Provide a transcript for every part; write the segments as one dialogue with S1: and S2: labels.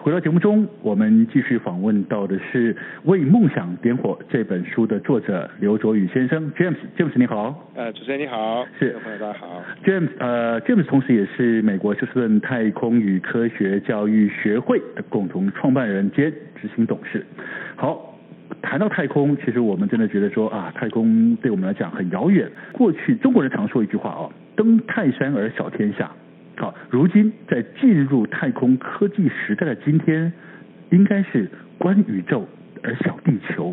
S1: 回到节目中，我们继续访问到的是《为梦想点火》这本书的作者刘卓宇先生 James。James 你好
S2: 呃，主持人你好，
S1: 是
S2: 各位朋友大家好。
S1: ，James 呃，James 同时也是美国休斯顿太空与科学教育学会的共同创办人兼执行董事。好，谈到太空，其实我们真的觉得说啊，太空对我们来讲很遥远。过去中国人常说一句话哦，登泰山而小天下。好，如今在进入太空科技时代的今天，应该是观宇宙而小地球。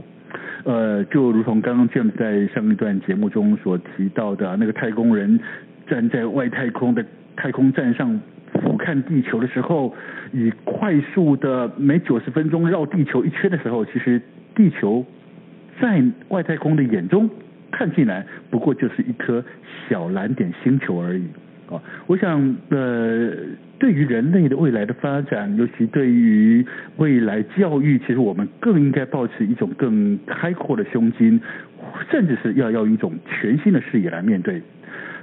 S1: 呃，就如同刚刚 James 在上一段节目中所提到的，那个太空人站在外太空的太空站上俯瞰地球的时候，以快速的每九十分钟绕地球一圈的时候，其实地球在外太空的眼中看进来，不过就是一颗小蓝点星球而已。哦，我想，呃，对于人类的未来的发展，尤其对于未来教育，其实我们更应该保持一种更开阔的胸襟，甚至是要要一种全新的视野来面对。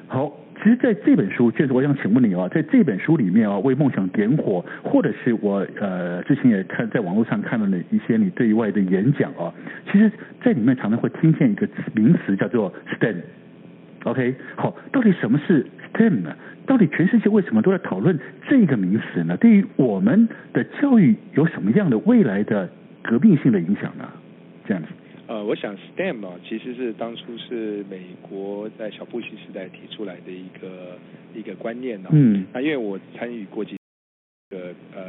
S1: 好，其实在这本书，就是我想请问你啊，在这本书里面啊，为梦想点火，或者是我呃之前也看在网络上看到了一些你对外的演讲啊，其实在里面常常会听见一个名词叫做 STEM。OK，好，到底什么是 STEM 呢？到底全世界为什么都在讨论这个名词呢？对于我们的教育有什么样的未来的革命性的影响呢？这样子，
S2: 呃，我想 STEM 啊，其实是当初是美国在小布希时代提出来的一个一个观念呢、啊。
S1: 嗯
S2: 那因为我参与过几个呃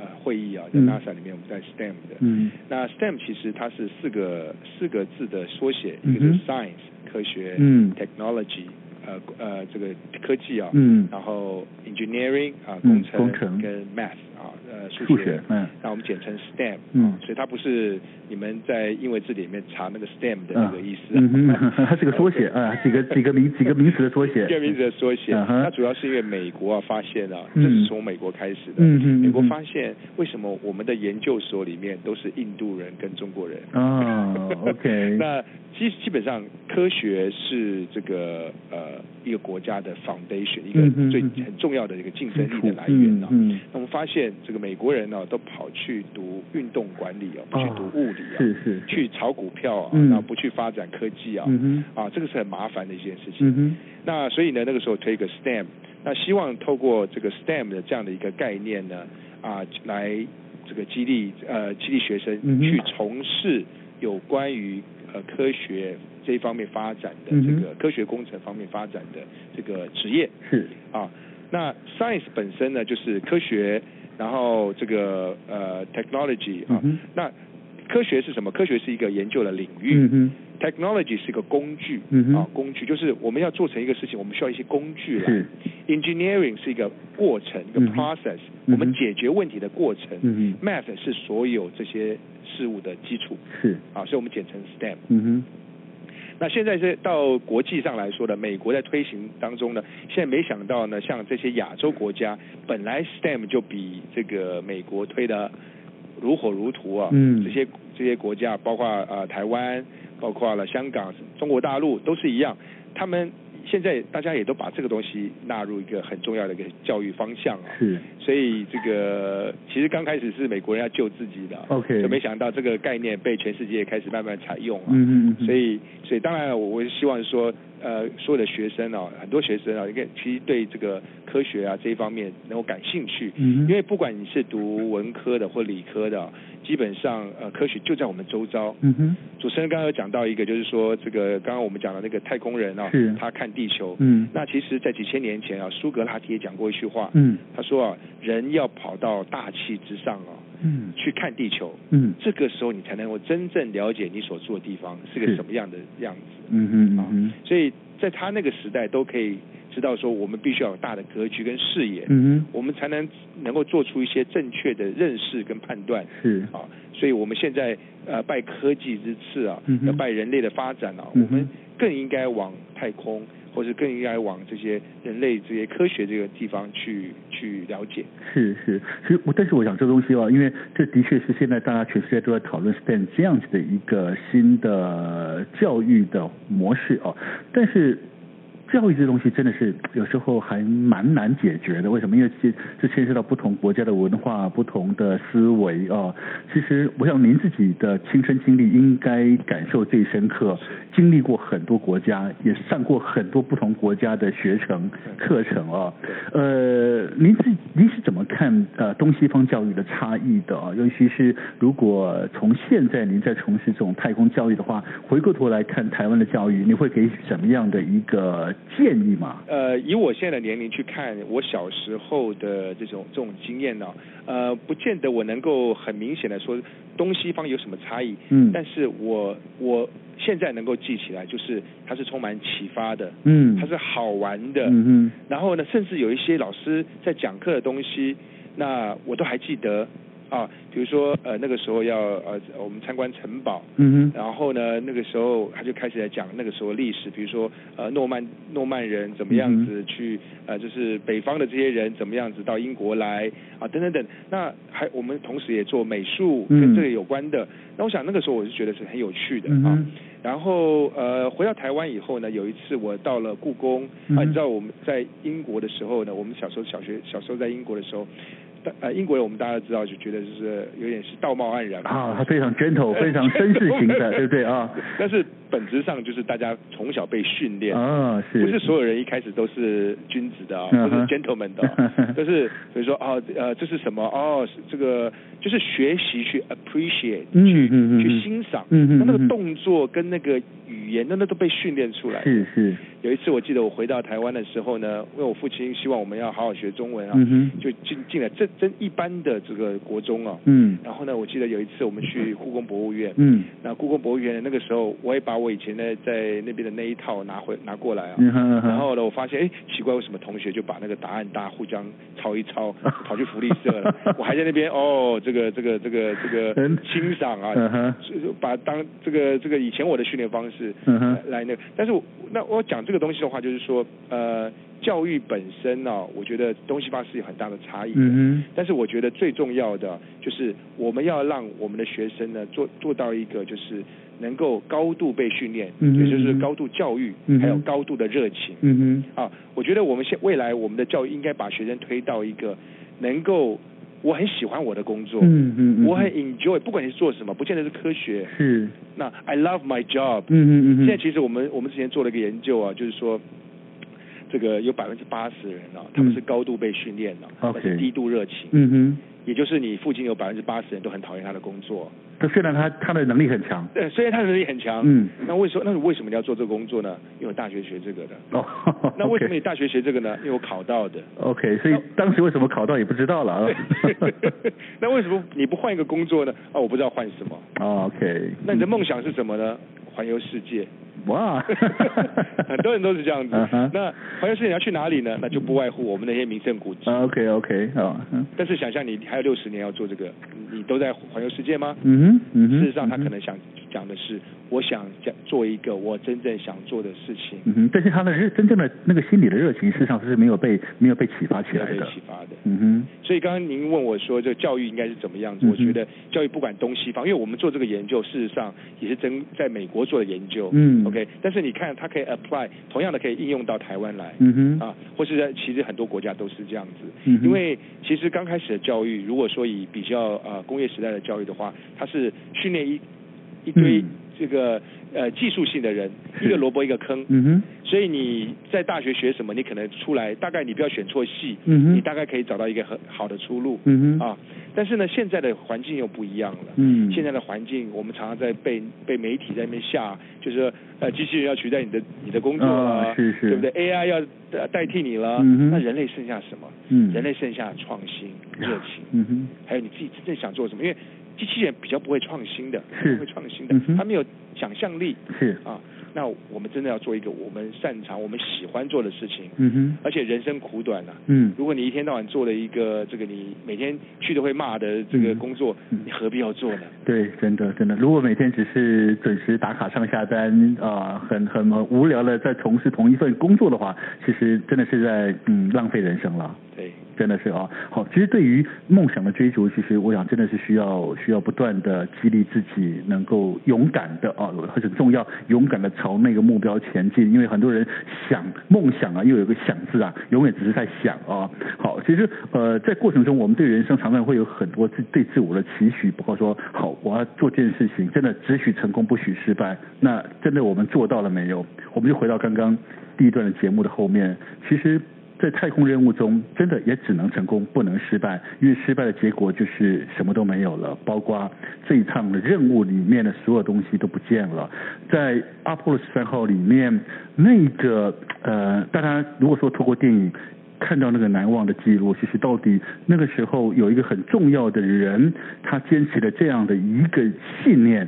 S2: 呃会议啊，在
S1: 嗯
S2: NASA 里面，我们在 STEM 的。
S1: 嗯
S2: 那 STEM 其实它是四个四个字的缩写，
S1: 嗯哼
S2: 一个是 Science 科学、
S1: 嗯
S2: Technology 呃呃这个科技啊，
S1: 嗯，
S2: 然后 Engineering 啊
S1: 嗯
S2: 工程
S1: 工程
S2: 跟 Math 啊呃
S1: 数学，嗯
S2: 那我们简称 STEM，
S1: 嗯
S2: 所以它不是你们在英文字里面查那个 STEM 的那个意思、啊，
S1: 嗯哼， 它是个缩写啊，几个几个名几个名词的缩写，
S2: 这个名字的缩写。
S1: 嗯哼
S2: 它主要是因为美国啊发现啊，
S1: 嗯
S2: 这是从美国开始的。
S1: 嗯嗯嗯
S2: 美国发现为什么我们的研究所里面都是印度人跟中国人？
S1: 啊，OK，
S2: 那基基本上科学是这个呃一个国家的 foundation，一个
S1: 嗯嗯嗯
S2: 最
S1: 嗯
S2: 很重要的一个竞争力的
S1: 嗯
S2: 来源啊。
S1: 嗯，
S2: 那我们发现这个美国人呢、都跑去读运动管理哦，不去读物理啊，
S1: 嗯是是，
S2: 去炒股票啊，
S1: 嗯
S2: 然后不去发展科技啊，
S1: 嗯
S2: 啊，这个是很麻烦的一件事
S1: 哼，
S2: 情。
S1: 嗯哼，
S2: 那所以呢，那个时候推一个 STEM，那希望透过这个 STEM 的这样的一个概念呢，啊，来这个激励呃激励学
S1: 嗯
S2: 生
S1: 哼
S2: 去从事有关于呃科学这一方面发展的
S1: 嗯
S2: 这
S1: 哼
S2: 个科学工程方面发展的这个职业。
S1: 是，
S2: 啊。那 science 本身呢，就是科学，然后这个呃 technology
S1: 嗯、
S2: 啊
S1: 哼，
S2: 那科学是什么？科学是一个研究的领域、
S1: 嗯哼，
S2: t e c h n o l o g y 是一个工具、
S1: 嗯哼
S2: 啊，工具就是我们要做成一个事情，我们需要一些工具来
S1: 是。，
S2: Engineering 是一个过程，一个
S1: 嗯哼
S2: process，、
S1: 嗯哼
S2: 我们解决问题的过程。
S1: 嗯
S2: Math 是所有这些事物的基础
S1: 哼，是，
S2: 啊，所以我们简称 STEM。
S1: 嗯
S2: 那现在是到国际上来说呢，美国在推行当中呢，现在没想到呢，像这些亚洲国家，本来 STEM 就比这个美国推的如火如荼啊，
S1: 嗯
S2: 这些这些国家，包括呃台湾，包括了香港、中国大陆都是一样，他们现在大家也都把这个东西纳入一个很重要的一个教育方向啊
S1: 哼，，是
S2: 所以这个其实刚开始是美国人要救自己的啊，
S1: ，OK，
S2: 就没想到这个概念被全世界开始慢慢采用啊。
S1: 嗯哼，
S2: 所以，所以当然了，我我希望说，呃，所有的学生啊，很多学生啊，应该其实对这个科学啊这一方面能够感兴趣，
S1: 嗯哼，
S2: 因为不管你是读文科的或理科的啊，基本上呃，科学就在我们周遭，
S1: 嗯哼，
S2: 主持人刚刚有讲到一个，就是说这个刚刚我们讲的那个太空人啊
S1: 是，
S2: 他看地球。
S1: 嗯
S2: 那其实，在几千年前啊，苏格拉底也讲过一句话，
S1: 嗯
S2: 他说啊，人要跑到大气之上啊，
S1: 嗯
S2: 去看地球，
S1: 嗯
S2: 这个时候你才能够真正了解你所住的地方是个
S1: 是
S2: 什么样的样子。
S1: 嗯哼嗯哼
S2: 所以在他那个时代，都可以知道说，我们必须要有大的格局跟视野，
S1: 嗯
S2: 我们才能能够做出一些正确的认识跟判断。
S1: 哼是
S2: 啊，所以我们现在呃拜科技之赐啊
S1: 嗯，哼
S2: 要拜人类的发展啊，
S1: 嗯哼
S2: 我们更应该往太空，或者更应该往这些人类这些科学这个地方去去了解。
S1: 是是，其实我但是我想这东西啊，因为这的确是现在大家全世界都在讨论 STEM 这样子的一个新的教育的模式啊，但是。教育这东西真的是有时候还蛮难解决的，为什么？因为这这牵涉到不同国家的文化、不同的思维啊。其实，我想您自己的亲身经历应该感受最深刻，经历过很多国家，也上过很多不同国家的学程课程啊。呃，您自您是怎么看呃东西方教育的差异的啊？尤其是如果从现在您在从事这种太空教育的话，回过头来看台湾的教育，你会给什么样的一个建议吗？
S2: 呃，以我现在的年龄去看，我小时候的这种这种经验呢、呃，不见得我能够很明显的说东西方有什么差异，
S1: 嗯
S2: 但是我我现在能够记起来，就是它是充满启发的，
S1: 嗯，
S2: 它是好玩的，
S1: 嗯嗯
S2: 然后呢，甚至有一些老师在讲课的东西，那我都还记得啊。比如说，呃，那个时候要呃，我们参观城堡，
S1: 嗯
S2: 然后呢，那个时候他就开始在讲那个时候历史，比如说呃，诺曼诺曼人怎么样
S1: 嗯
S2: 子去、呃，就是北方的这些人怎么样子到英国来啊，等等等。那还我们同时也做美术
S1: 嗯
S2: 跟这个有关的。那我想那个时候我是觉得是很有趣的
S1: 嗯
S2: 啊
S1: 哼。
S2: 然后呃，回到台湾以后呢，有一次我到了故宫
S1: 嗯
S2: 啊，
S1: 哼
S2: 你知道我们在英国的时候呢，我们小时候小学小时候在英国的时候，大呃英国人我们大家都知道就觉得就是有点是道貌岸然
S1: 哼，啊，它非常 gentle，非常绅士型的， 对不对 啊？
S2: 但是本质上就是大家从小被训练，
S1: 啊，
S2: 不是所有人一开始都是君子的啊、
S1: 嗯
S2: 或者
S1: 哼
S2: gentleman 的啊、 都是比如说哦呃这是什么哦是这个就是学习去 appreciate
S1: 嗯
S2: 去、
S1: 嗯嗯嗯
S2: 去欣赏，
S1: 嗯嗯嗯
S2: 那那个
S1: 嗯
S2: 动作跟那个语言那那都被训练出来。
S1: 是是，
S2: 有一次我记得我回到台湾的时候呢，因为我父亲希望我们要好好学中文啊，
S1: 嗯哼
S2: 就进进了这真一般的这个国中啊。
S1: 嗯
S2: 然后呢，我记得有一次我们去故宫博物院，
S1: 嗯
S2: 那故宫博物院那个时候，我也把我以前呢在那边的那一套拿回拿过来啊。
S1: 嗯哼，
S2: 然后呢，我发现哎，奇怪，为什么同学就把那个答案大家互相抄一抄，跑去福利社了？我还在那边哦，这个这个这个 这个
S1: 嗯
S2: 欣赏啊，
S1: 嗯哼
S2: 就就把当这个这个以前我的训练方式
S1: 嗯哼
S2: 来来那个，但是我那我讲这个东西的话，就是说呃，教育本身呢、啊我觉得东西方是有很大的差异的。
S1: 嗯
S2: 但是我觉得最重要的就是我们要让我们的学生呢做做到一个就是能够高度被训练，
S1: 嗯哼
S2: 也就是高度教育，
S1: 嗯哼
S2: 还有高度的热情
S1: 哼。嗯
S2: 啊，我觉得我们现未来我们的教育应该把学生推到一个能够我很喜欢我的工
S1: 哼，
S2: 作，
S1: 嗯嗯，
S2: 我很 enjoy，不管你是做什么，不见得是科学。
S1: 是，
S2: 那 I love my job，、
S1: 嗯嗯嗯，
S2: 现在其实我们我们之前做了一个研究啊，就是说，这个有百分之八十人啊，他们
S1: 嗯
S2: 是高度被训练的、
S1: OK
S2: 但是低度热情。
S1: 嗯哼。
S2: 也就是你附近有百分之八十人都很讨厌他的工作，
S1: 他虽然他他的能力很强，
S2: 对，虽然他的能力很强，
S1: 嗯，
S2: 那为什么那你为什么你要做这个工作呢？因为我大学学这个的。
S1: 哦，
S2: 那为什么你大学学这个呢？因为我考到 的。
S1: ？OK，所以当时为什么考到也不知道了 啊。
S2: 那为什么你不换一个工作呢？啊，我不知道换什么。
S1: 哦 OK，
S2: 那你的梦想是什么呢？环游 世界。
S1: 哇，
S2: 很 多人都是这样子
S1: 嗯哼。
S2: 那环游世界你要去哪里呢？那就不外乎我们那些名胜古迹。
S1: OK OK，好，嗯
S2: 但是想象你还有六十年要做这个，你你都在环游世界吗？
S1: 哼嗯哼，
S2: 事实上，他可能想讲的是，我想讲做一个我真正想做的事情，
S1: 嗯哼，但是他的热真正的那个心理的热情，事实上是没有被没有被启发起
S2: 要
S1: 来
S2: 被
S1: 的。
S2: 启发的。
S1: 嗯哼，
S2: 所以刚刚您问我说，这个教育应该是怎么样
S1: 嗯
S2: 子？
S1: 哼
S2: 我觉得教育不管东西方，因为我们做这个研究，事实上也是真在美国做的研究。
S1: 嗯
S2: ，OK，但是你看，它可以 apply，同样的可以应用到台湾来。
S1: 嗯哼，
S2: 啊，或是在其实很多国家都是这样子，
S1: 嗯哼
S2: 因为其实刚开始的教育，如果说以比较呃工业时代的教育的话，它是训练一一堆
S1: 嗯
S2: 这个、呃技术性的人，
S1: 是
S2: 一个萝卜一个坑，
S1: 嗯哼，
S2: 所以你在大学学什么，你可能出来大概你不要选错系，
S1: 嗯哼
S2: 你大概可以找到一个很好的出路，
S1: 嗯哼，
S2: 啊，但是呢，现在的环境又不一样了。
S1: 嗯，
S2: 现在的环境，我们常常在被被媒体在那边下，就是说呃，机器人要取代你的你的工作了，
S1: 啊是是
S2: 对不对？AI 要呃代替你了，
S1: 嗯哼
S2: 那人类剩下什么？
S1: 嗯
S2: 人类剩下创新、热情，
S1: 嗯哼
S2: 还有你自己真正想做什么？因为机器人比较不会创新的，
S1: 是
S2: 不会创新的
S1: 嗯哼，
S2: 它没有想象力
S1: 是
S2: 啊。那我们真的要做一个我们擅长、我们喜欢做的事情，
S1: 嗯哼
S2: 而且人生苦短啊。
S1: 嗯
S2: 如果你一天到晚做了一个这个你每天去都会骂的这个
S1: 嗯
S2: 工作，
S1: 嗯
S2: 你何必要做呢？
S1: 对，真的真的，如果每天只是准时打卡上下班啊、很很很无聊的在从事同一份工作的话，其实真的是在嗯浪费人生了。
S2: 对，
S1: 真的是啊，好，其实对于梦想的追逐，其实我想真的是需要需要不断的激励自己，能够勇敢的啊，很重要，勇敢的朝那个目标前进。因为很多人想梦想啊，又有个想字啊，永远只是在想啊。好，其实呃，在过程中，我们对人生常常会有很多自对自我的期许，包括说好，我要做这件事情，真的只许成功不许失败。那真的我们做到了没有？我们就回到刚刚第一段的节目的后面，其实。在太空任务中，真的也只能成功，不能失败，因为失败的结果就是什么都没有了，包括这一趟的任务里面的所有东西都不见了。在阿波罗十三号里面，那个呃，大家如果说透过电影看到那个难忘的记录，其实到底那个时候有一个很重要的人，他坚持了这样的一个信念。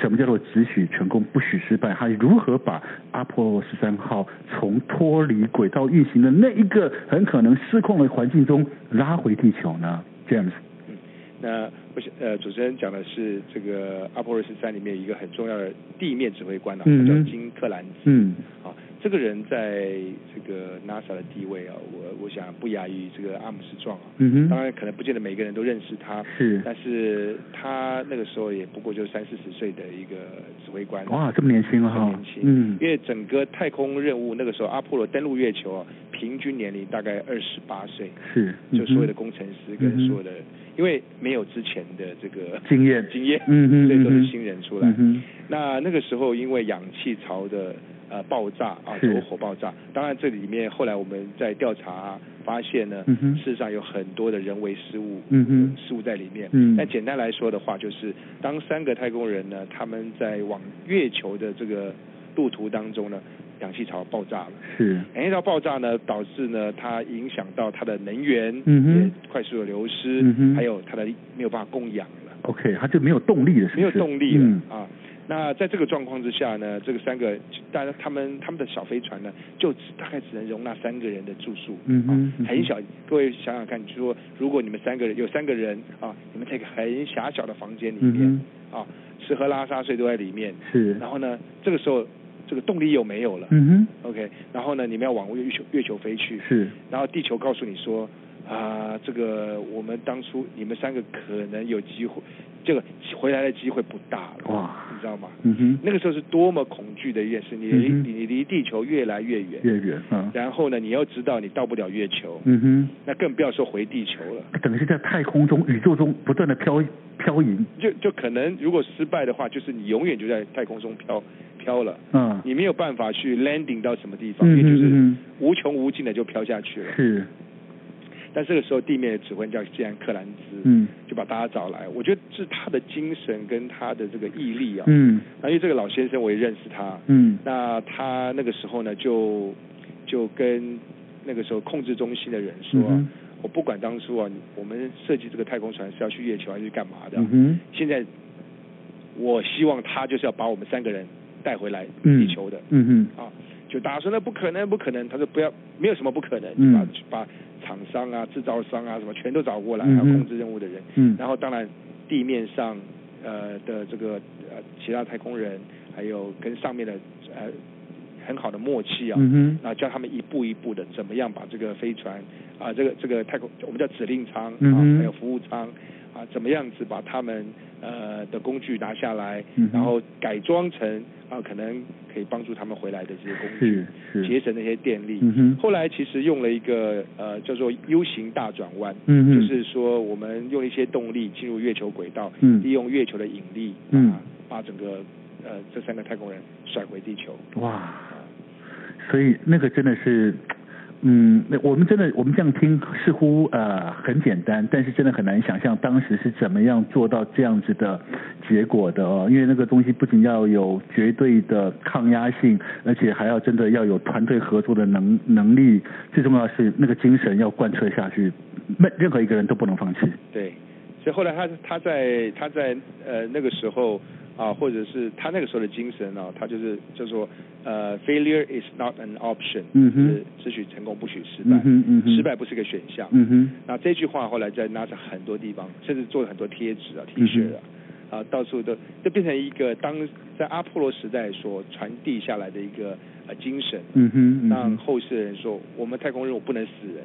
S1: 什么叫做只许成功不许失败？他如何把阿波罗十三号从脱离轨道运行的那一个很可能失控的环境中拉回地球呢？James，
S2: 那我想呃，主持人讲的是这个阿波罗十三里面有一个很重要的地面指挥官啊，
S1: 嗯
S2: 他
S1: 哼
S2: 叫金克兰兹。
S1: 嗯
S2: 啊，这个人在这个 NASA 的地位啊，我我想不亚于这个阿姆斯壮啊。
S1: 嗯
S2: 当
S1: 哼，
S2: 然，可能不见得每个人都认识他，
S1: 是
S2: 但是他那个时候也不过就三四十岁的一个指挥官，
S1: 哇，这么年轻啊
S2: 很
S1: 哈
S2: 年轻，
S1: 嗯
S2: 因为整个太空任务那个时候，阿波罗登陆月球啊，平均年龄大概二十八岁，
S1: 是，
S2: 就所有的
S1: 嗯
S2: 工程师
S1: 嗯
S2: 跟
S1: 哼
S2: 所有的，因为没有之前的这个
S1: 哼经验，
S2: 经验，
S1: 嗯嗯
S2: 所以都
S1: 嗯
S2: 是
S1: 哼
S2: 新人出来。
S1: 嗯哼，
S2: 那那个时候因为氧气槽的呃爆炸啊，
S1: 是
S2: 着火爆炸，当然这里面后来我们在调查发现呢，
S1: 嗯哼
S2: 事实上有很多的人为失误，
S1: 嗯哼
S2: 失误在里面。
S1: 嗯
S2: 但简单来说的话，就是当三个太空人呢，他们在往月球的这个路途当中呢，氧气槽爆炸了。
S1: 是，
S2: 氧气槽哎爆炸呢，导致呢它影响到它的能源，
S1: 嗯哼
S2: 也快速的流失，
S1: 嗯哼
S2: 还有它的没有办法供氧了。
S1: OK，他就没有动力了，是不
S2: 没有
S1: 是
S2: 动力了、
S1: 嗯
S2: 啊。那在这个状况之下呢，这个三个大家他们他们的小飞船呢，就只大概只能容纳三个人的住宿，
S1: 嗯哼嗯哼
S2: 啊，很小。各位想想看，就说如果你们三个人有三个人啊，你们在一个很狭小的房间里面
S1: 嗯、
S2: 啊，吃喝拉撒睡都在里面，
S1: 哼，是，
S2: 然后呢，这个时候这个动力又没有了、
S1: 嗯
S2: o k 然后呢，你们要往月球月球飞去
S1: 哼，，是，
S2: 然后地球告诉你说，啊、这个我们当初你们三个可能有机会，这个回来的机会不大了，
S1: 哇，
S2: 你知道吗？
S1: 嗯哼，
S2: 那个时候是多么恐惧的一件事，你离、
S1: 嗯哼
S2: 你离地球越来越远，
S1: 月圆啊，
S2: 然后呢，你要知道你到不了月球，
S1: 嗯哼。
S2: 那更不要说回地球了。
S1: 等于是在太空中、宇宙中不断的飘飘移，
S2: 就就可能如果失败的话，就是你永远就在太空中飘飘了，
S1: 嗯，
S2: 你没有办法去 landing 到什么地方，
S1: 嗯
S2: 因为就
S1: 嗯
S2: 是无穷无尽的就飘下去了
S1: 嗯，。是，
S2: 但这个时候地面的指挥叫既然克兰兹，
S1: 嗯
S2: 就把大家找来。我觉得是他的精神跟他的这个毅力啊。
S1: 嗯
S2: 那因为这个老先生我也认识他，
S1: 嗯
S2: 那他那个时候呢，就就跟那个时候控制中心的人说
S1: 嗯
S2: 啊、
S1: 哼
S2: 我不管当初啊，你我们设计这个太空船是要去月球还是干嘛的
S1: 嗯
S2: 啊、
S1: 哼，
S2: 现在我希望他就是要把我们三个人带回来
S1: 嗯，
S2: 地球的。
S1: 嗯哼，
S2: 啊，就大家说那不可能，不可能。他说不要，没有什么不可能，
S1: 嗯
S2: 把把厂商啊、制造商啊什么全都找过来，还
S1: 嗯
S2: 有
S1: 哼
S2: 控制任务的人。
S1: 嗯
S2: 然后当然地面上呃的这个呃其他太空人，还有跟上面的呃很好的默契啊。
S1: 嗯哼，
S2: 那教他们一步一步的怎么样把这个飞船啊、这个这个太空我们叫指令舱啊、
S1: 嗯哼
S2: 还有服务舱啊、怎么样子把他们呃的工具拿下来，
S1: 嗯哼
S2: 然后改装成啊、可能可以帮助他们回来的这些工具
S1: 是，是，
S2: 节省那些电力。
S1: 嗯哼，
S2: 后来其实用了一个呃叫做 U 型大转弯，
S1: 嗯哼，
S2: 就是说我们用一些动力进入月球轨道，
S1: 嗯
S2: 利用月球的引力，
S1: 嗯
S2: 啊，把整个呃这三个太空人甩回地球。
S1: 哇，所以那个真的是嗯，那我们真的，我们这样听似乎呃很简单，但是真的很难想象当时是怎么样做到这样子的结果的哦。因为那个东西不仅要有绝对的抗压性，而且还要真的要有团队合作的能能力，最重要的是那个精神要贯彻下去，任任何一个人都不能放弃。
S2: 对，所以后来他他在他在呃那个时候啊，或者是他那个时候的精神啊，他就是叫做呃 failure is not an option，
S1: 嗯哼
S2: 就是只许成功不许失败，
S1: 嗯哼嗯哼，
S2: 失败不是个选项。
S1: 嗯哼，
S2: 那这句话后来在 NASA 很多地方，甚至做了很多贴纸啊、T
S1: 嗯
S2: 恤啊，啊，到处都就变成一个当在阿波罗时代所传递下来的一个呃精神，
S1: 嗯哼，嗯
S2: 让
S1: 哼，
S2: 后世人说我们太空任务不能死人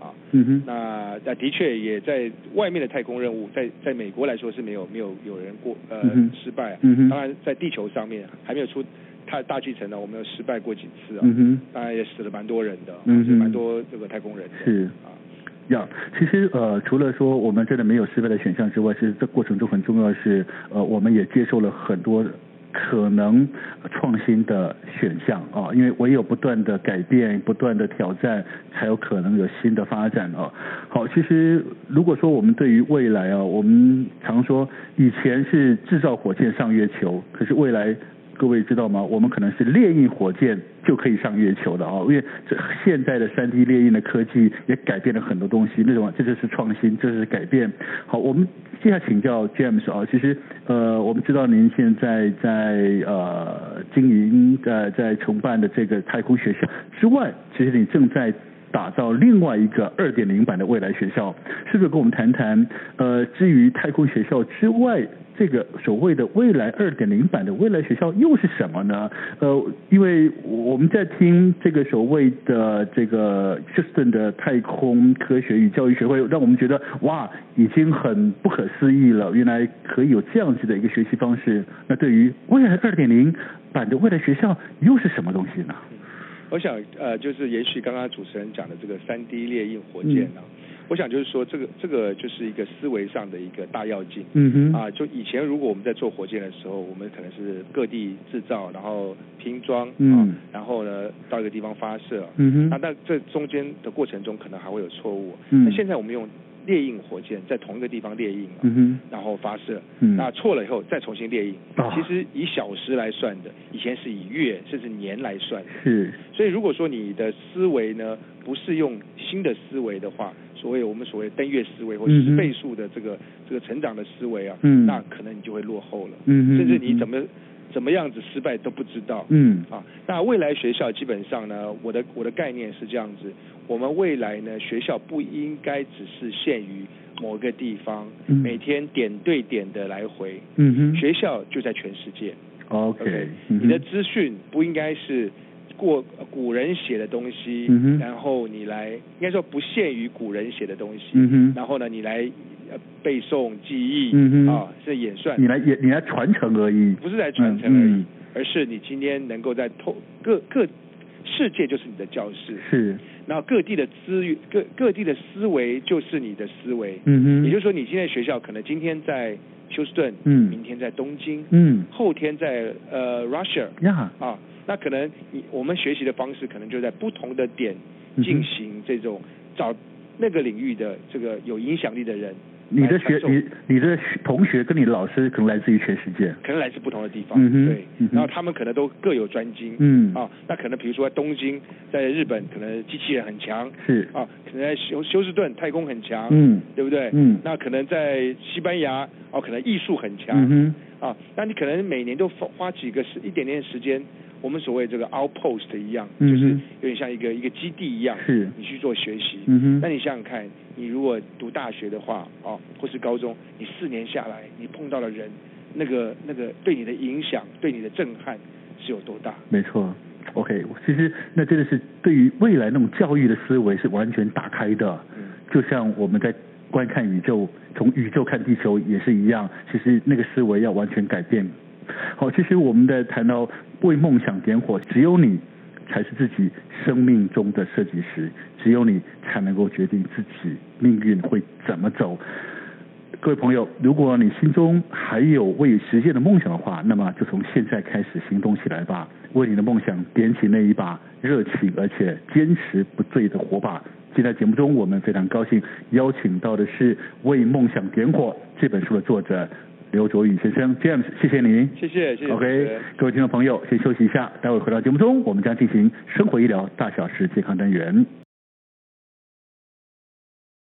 S2: 啊。
S1: 嗯哼，
S2: 那那的确也在外面的太空任务，在在美国来说是没有没有有人过呃、
S1: 嗯哼
S2: 失败、啊，
S1: 嗯哼
S2: 当然在地球上面还没有出太大气层呢，我们有失败过几次啊，
S1: 嗯哼。
S2: 当然也死了蛮多人的，
S1: 嗯哼
S2: 死了蛮多这个太空人的
S1: 是
S2: 啊。
S1: 呀其实呃，除了说我们真的没有失败的选项之外，其实这过程中很重要的是，呃，我们也接受了很多可能创新的选项啊、因为唯有不断的改变、不断的挑战，才有可能有新的发展啊、好，其实如果说我们对于未来啊、我们常说以前是制造火箭上月球，可是未来各位知道吗？我们可能是猎鹰火箭就可以上月球的哦，因为这现在的三 D 猎鹰的科技也改变了很多东西，那种这就是创新，这就是改变。好，我们接下来请教 James 啊、其实呃，我们知道您现在在呃经营呃在筹办的这个太空学校之外，其实你正在打造另外一个二点零版的未来学校，是不是跟我们谈谈？呃，至于太空学校之外，这个所谓的未来二点零版的未来学校又是什么呢？呃，因为我们在听这个所谓的这个 Houston 的太空科学与教育学会，让我们觉得哇，已经很不可思议了，原来可以有这样子的一个学习方式。那对于未来二点零版的未来学校又是什么东西呢？
S2: 我想呃，就是延续刚刚主持人讲的这个三 D 猎鹰火箭
S1: 嗯
S2: 啊，我想就是说这个这个就是一个思维上的一个大要进。
S1: 嗯哼，
S2: 啊，就以前如果我们在做火箭的时候，我们可能是各地制造，然后拼装，啊
S1: 嗯，
S2: 然后呢到一个地方发射，啊
S1: 嗯
S2: 那
S1: 哼，
S2: 那这中间的过程中可能还会有错误。
S1: 嗯
S2: 那现在我们用猎鹰火箭在同一个地方猎鹰啊，
S1: 嗯哼，
S2: 然后发射，
S1: 嗯
S2: 那错了以后再重新猎鹰
S1: 啊。
S2: 其实以小时来算的，以前是以月甚至年来算的。
S1: 是，
S2: 所以如果说你的思维呢不是用新的思维的话，所谓我们所谓登月思维或
S1: 嗯哼
S2: 十倍数的这个、这个成长的思维啊，
S1: 嗯
S2: 那可能你就会落后了，
S1: 嗯哼，
S2: 甚至你怎么怎么样子失败都不知道。
S1: 嗯
S2: 啊，那未来学校基本上呢，我的我的概念是这样子，我们未来呢，学校不应该只是限于某个地方，
S1: 嗯
S2: 每天点对点的来回，
S1: 嗯哼
S2: 学校就在全世界。
S1: ，OK，
S2: OK，
S1: 嗯
S2: 你的
S1: 哼
S2: 资讯不应该是过呃古人写的东西，
S1: 嗯哼
S2: 然后你来，应该说不限于古人写的东西，
S1: 嗯哼，
S2: 然后呢，你来、呃背诵、记忆，
S1: 嗯哼
S2: 啊，是演算
S1: 你，来也你来传承而已，
S2: 不是在传承而已，
S1: 嗯
S2: 而是你今天能够在透各各世界就是你的教室
S1: 嗯，是，
S2: 然后各地的资源各各地的思维就是你的思维，
S1: 嗯哼，
S2: 也就是说，你今天的学校可能今天在休斯顿，
S1: 嗯
S2: 明天在东京，
S1: 嗯
S2: 后天在呃 Russia。
S1: 呀，
S2: 啊，那可能你我们学习的方式可能就在不同的点
S1: 嗯哼
S2: 进行这种找那个领域的这个有影响力的人，
S1: 你的
S2: 来传
S1: 学
S2: 授
S1: 你你的学同学跟你的老师可能来自于全世界，
S2: 可能来自不同的地方，
S1: 嗯哼
S2: 对
S1: 嗯哼，
S2: 然后他们可能都各有专精，
S1: 嗯
S2: 啊，那可能比如说在东京，在日本可能机器人很强，
S1: 是，
S2: 啊，可能在休休斯顿太空很强，
S1: 嗯
S2: 对不对？
S1: 嗯
S2: 那可能在西班牙哦，可能艺术很强，
S1: 嗯哼，
S2: 啊，那你可能每年都花花几个时一点点时间，我们所谓这个 outpost 一样，
S1: 嗯哼
S2: 就是有点像一个一个基地一样，
S1: 是
S2: 你去做学习。
S1: 嗯
S2: 那
S1: 哼，
S2: 你想想看，你如果读大学的话，哦，或是高中，你四年下来，你碰到的人，那个那个对你的影响，对你的震撼是有多大？
S1: 没错。OK，其实那真的是对于未来那种教育的思维是完全打开的，
S2: 嗯，
S1: 就像我们在观看宇宙，从宇宙看地球也是一样，其实那个思维要完全改变。好，其实我们在谈到为梦想点火，只有你才是自己生命中的设计师，只有你才能够决定自己命运会怎么走。各位朋友，如果你心中还有未实现的梦想的话，那么就从现在开始行动起来吧，为你的梦想点起那一把热情而且坚持不坠的火把。今天节目中，我们非常高兴邀请到的是《为梦想点火》这本书的作者刘卓宇先生 James，谢谢你。
S2: 谢谢谢谢。
S1: OK，各位听众朋友，先休息一下，待会儿回到节目中，我们将进行生活医疗大小事健康单元。